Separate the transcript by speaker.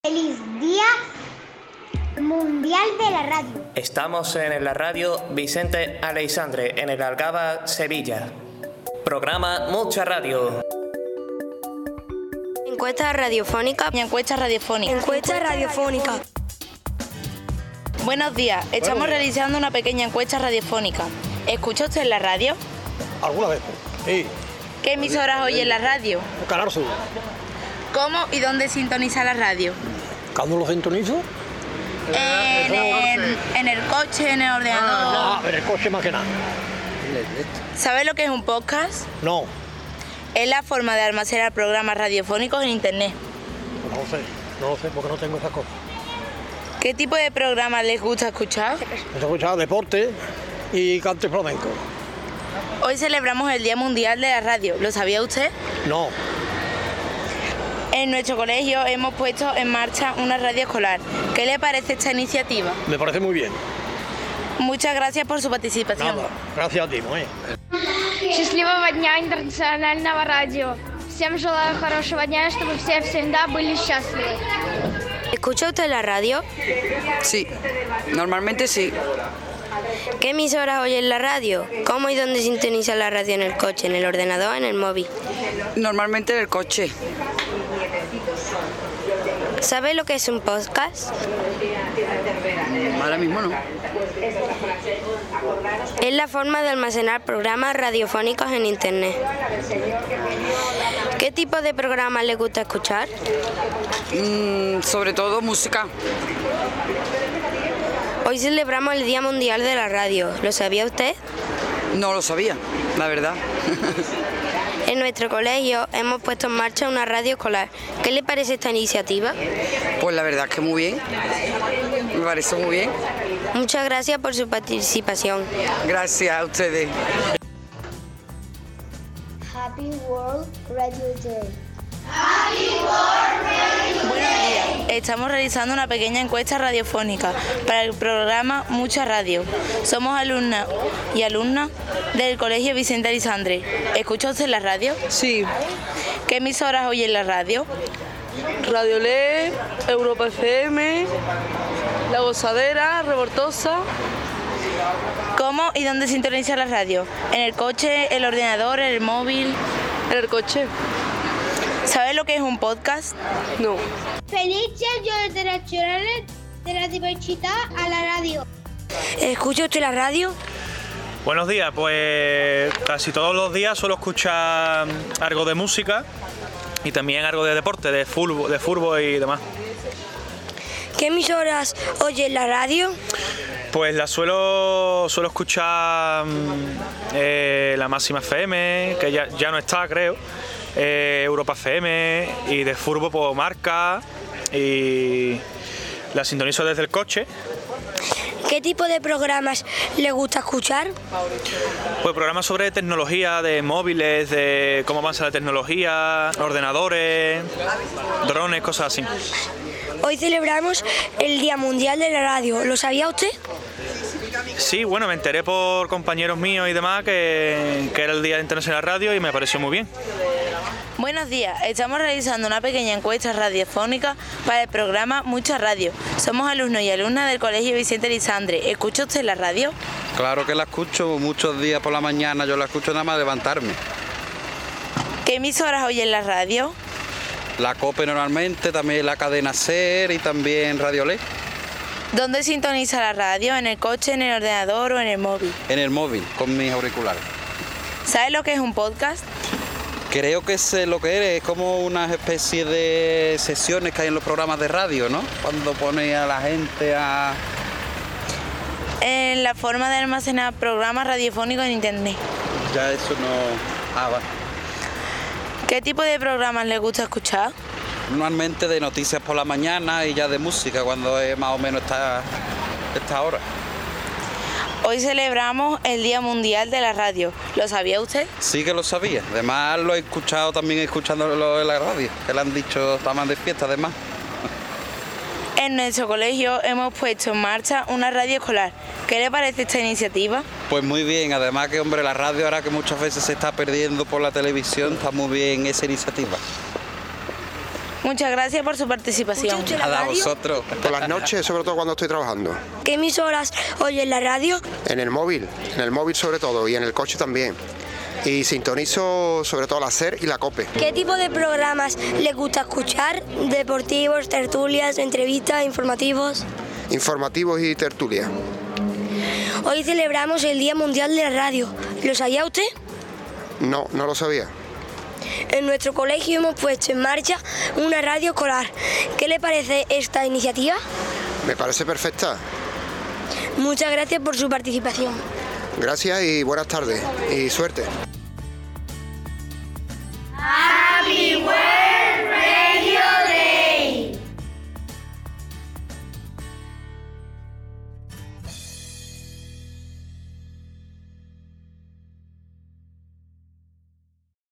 Speaker 1: Feliz Día Mundial de la Radio.
Speaker 2: Estamos en la radio Vicente Aleixandre, en el Algaba, Sevilla. Programa Mucha Radio.
Speaker 3: Encuesta radiofónica.
Speaker 4: Encuesta radiofónica.
Speaker 3: Encuesta radiofónica.
Speaker 4: Buenos días, estamos realizando una pequeña encuesta radiofónica. ¿Escucha usted la radio?
Speaker 5: ¿Alguna vez? Sí,
Speaker 4: ¿Qué emisoras oye en la radio?
Speaker 5: Canal Sur.
Speaker 4: ¿Cómo y dónde sintoniza la radio?
Speaker 5: ¿Cuándo lo sintonizo?
Speaker 4: En, el- en el coche, en el ordenador.
Speaker 5: Ah, en el coche más que nada.
Speaker 4: ¿Sabe lo que es un podcast?
Speaker 5: No,
Speaker 4: Es la forma de almacenar programas radiofónicos en internet.
Speaker 5: no lo sé. No lo sé porque no tengo esas cosas.
Speaker 4: ¿Qué tipo de programas les gusta escuchar?
Speaker 5: Yo escuchaba deporte y cante flamenco.
Speaker 4: Hoy celebramos el Día Mundial de la Radio, ¿lo sabía usted?
Speaker 5: No,
Speaker 4: En nuestro colegio hemos puesto en marcha una radio escolar. ¿Qué le parece esta iniciativa?
Speaker 5: me parece muy bien.
Speaker 4: Muchas gracias por su participación.
Speaker 5: Nada, gracias a ti, Moé.
Speaker 6: Счастливого дня интернационального радио. Всем желаю хорошего дня, чтобы все всегда были счастливы.
Speaker 3: ¿Escucha usted la radio?
Speaker 7: Sí, normalmente sí.
Speaker 3: ¿Qué emisoras oye en la radio? ¿Cómo y dónde sintoniza la radio en el coche, en el ordenador, en el móvil?
Speaker 7: Normalmente en el coche.
Speaker 3: ¿Sabe lo que es un podcast?
Speaker 7: Ahora mismo no.
Speaker 3: Es la forma de almacenar programas radiofónicos en internet. ¿Qué tipo de programas le gusta escuchar?
Speaker 7: Mm, sobre todo música.
Speaker 3: Hoy celebramos el Día Mundial de la Radio. ¿Lo sabía usted?
Speaker 7: No lo sabía, la verdad.
Speaker 3: En nuestro colegio hemos puesto en marcha una radio escolar. ¿Qué le parece esta iniciativa?
Speaker 7: Pues la verdad que muy bien. Me parece muy bien.
Speaker 3: Muchas gracias por su participación.
Speaker 7: Gracias a ustedes.
Speaker 1: Happy World Radio Day.
Speaker 4: Estamos realizando una pequeña encuesta radiofónica para el programa Mucha Radio. Somos alumnas y alumnas del Colegio Vicente Alisandre. ¿Escucha usted la radio?
Speaker 8: Sí,
Speaker 4: ¿Qué emisoras oye en la radio?
Speaker 8: Radio Le, Europa FM, La Gozadera, Rebortosa,
Speaker 4: ¿Cómo y dónde sintoniza la radio? ¿En el coche, el ordenador, el móvil?
Speaker 8: en el coche.
Speaker 4: ¿Sabe lo que es un podcast?
Speaker 8: No,
Speaker 1: Feliz Día Internacional de la Diversidad a la Radio.
Speaker 3: ¿Escucha usted la radio?
Speaker 9: Buenos días, pues casi todos los días suelo escuchar algo de música y también algo de deporte, de fútbol, de fútbol y demás.
Speaker 3: ¿Qué emisoras oye la radio?
Speaker 9: Pues la suelo suelo escuchar mm, eh, la máxima FM, que ya, ya no está, creo, eh, Europa FM y de fútbol por marca y la sintonizo desde el coche.
Speaker 3: ¿Qué tipo de programas le gusta escuchar?
Speaker 9: Pues programas sobre tecnología, de móviles, de cómo avanza la tecnología, ordenadores, drones, cosas así.
Speaker 3: Hoy celebramos el Día Mundial de la Radio. ¿Lo sabía usted?
Speaker 9: Sí, bueno, me enteré por compañeros míos y demás que, que era el Día Internacional Radio y me pareció muy bien.
Speaker 4: Buenos días, estamos realizando una pequeña encuesta radiofónica para el programa Mucha Radio. Somos alumnos y alumnas del Colegio Vicente Lisandre. ¿Escucha usted la radio?
Speaker 10: Claro que la escucho muchos días por la mañana, yo la escucho nada más levantarme.
Speaker 4: ¿Qué emisoras oye en la radio?
Speaker 10: La COPE normalmente, también la cadena SER y también Radio Le
Speaker 4: ¿Dónde sintoniza la radio? ¿En el coche, en el ordenador o en el móvil?
Speaker 10: en el móvil con mis auriculares.
Speaker 4: ¿Sabes lo que es un podcast?
Speaker 10: Creo que sé lo que eres, es como unas especies de sesiones que hay en los programas de radio, ¿no? Cuando pone a la gente a...
Speaker 4: En la forma de almacenar programas radiofónicos en internet.
Speaker 10: Ya eso no... Ah, va.
Speaker 4: ¿Qué tipo de programas le gusta escuchar?
Speaker 10: Normalmente de noticias por la mañana y ya de música cuando es más o menos esta, esta hora.
Speaker 4: Hoy celebramos el Día Mundial de la Radio. ¿Lo sabía usted?
Speaker 10: Sí que lo sabía. Además lo he escuchado también escuchándolo en la radio. Que le han dicho, estaban de fiesta además.
Speaker 4: En nuestro colegio hemos puesto en marcha una radio escolar. ¿Qué le parece esta iniciativa?
Speaker 10: Pues muy bien, además que hombre, la radio ahora que muchas veces se está perdiendo por la televisión, está muy bien esa iniciativa.
Speaker 4: Muchas gracias por su participación.
Speaker 10: A vosotros.
Speaker 11: Por las noches, sobre todo cuando estoy trabajando.
Speaker 3: ¿Qué emisoras oye en la radio?
Speaker 11: En el móvil, en el móvil sobre todo y en el coche también. Y sintonizo sobre todo la SER y la COPE.
Speaker 3: ¿Qué tipo de programas les gusta escuchar? Deportivos, tertulias, entrevistas, informativos.
Speaker 11: Informativos y tertulia.
Speaker 3: Hoy celebramos el Día Mundial de la Radio. ¿Lo sabía usted?
Speaker 11: No, no lo sabía.
Speaker 3: En nuestro colegio hemos puesto en marcha una radio escolar. ¿Qué le parece esta iniciativa?
Speaker 11: Me parece perfecta.
Speaker 3: Muchas gracias por su participación.
Speaker 11: Gracias y buenas tardes. Y suerte.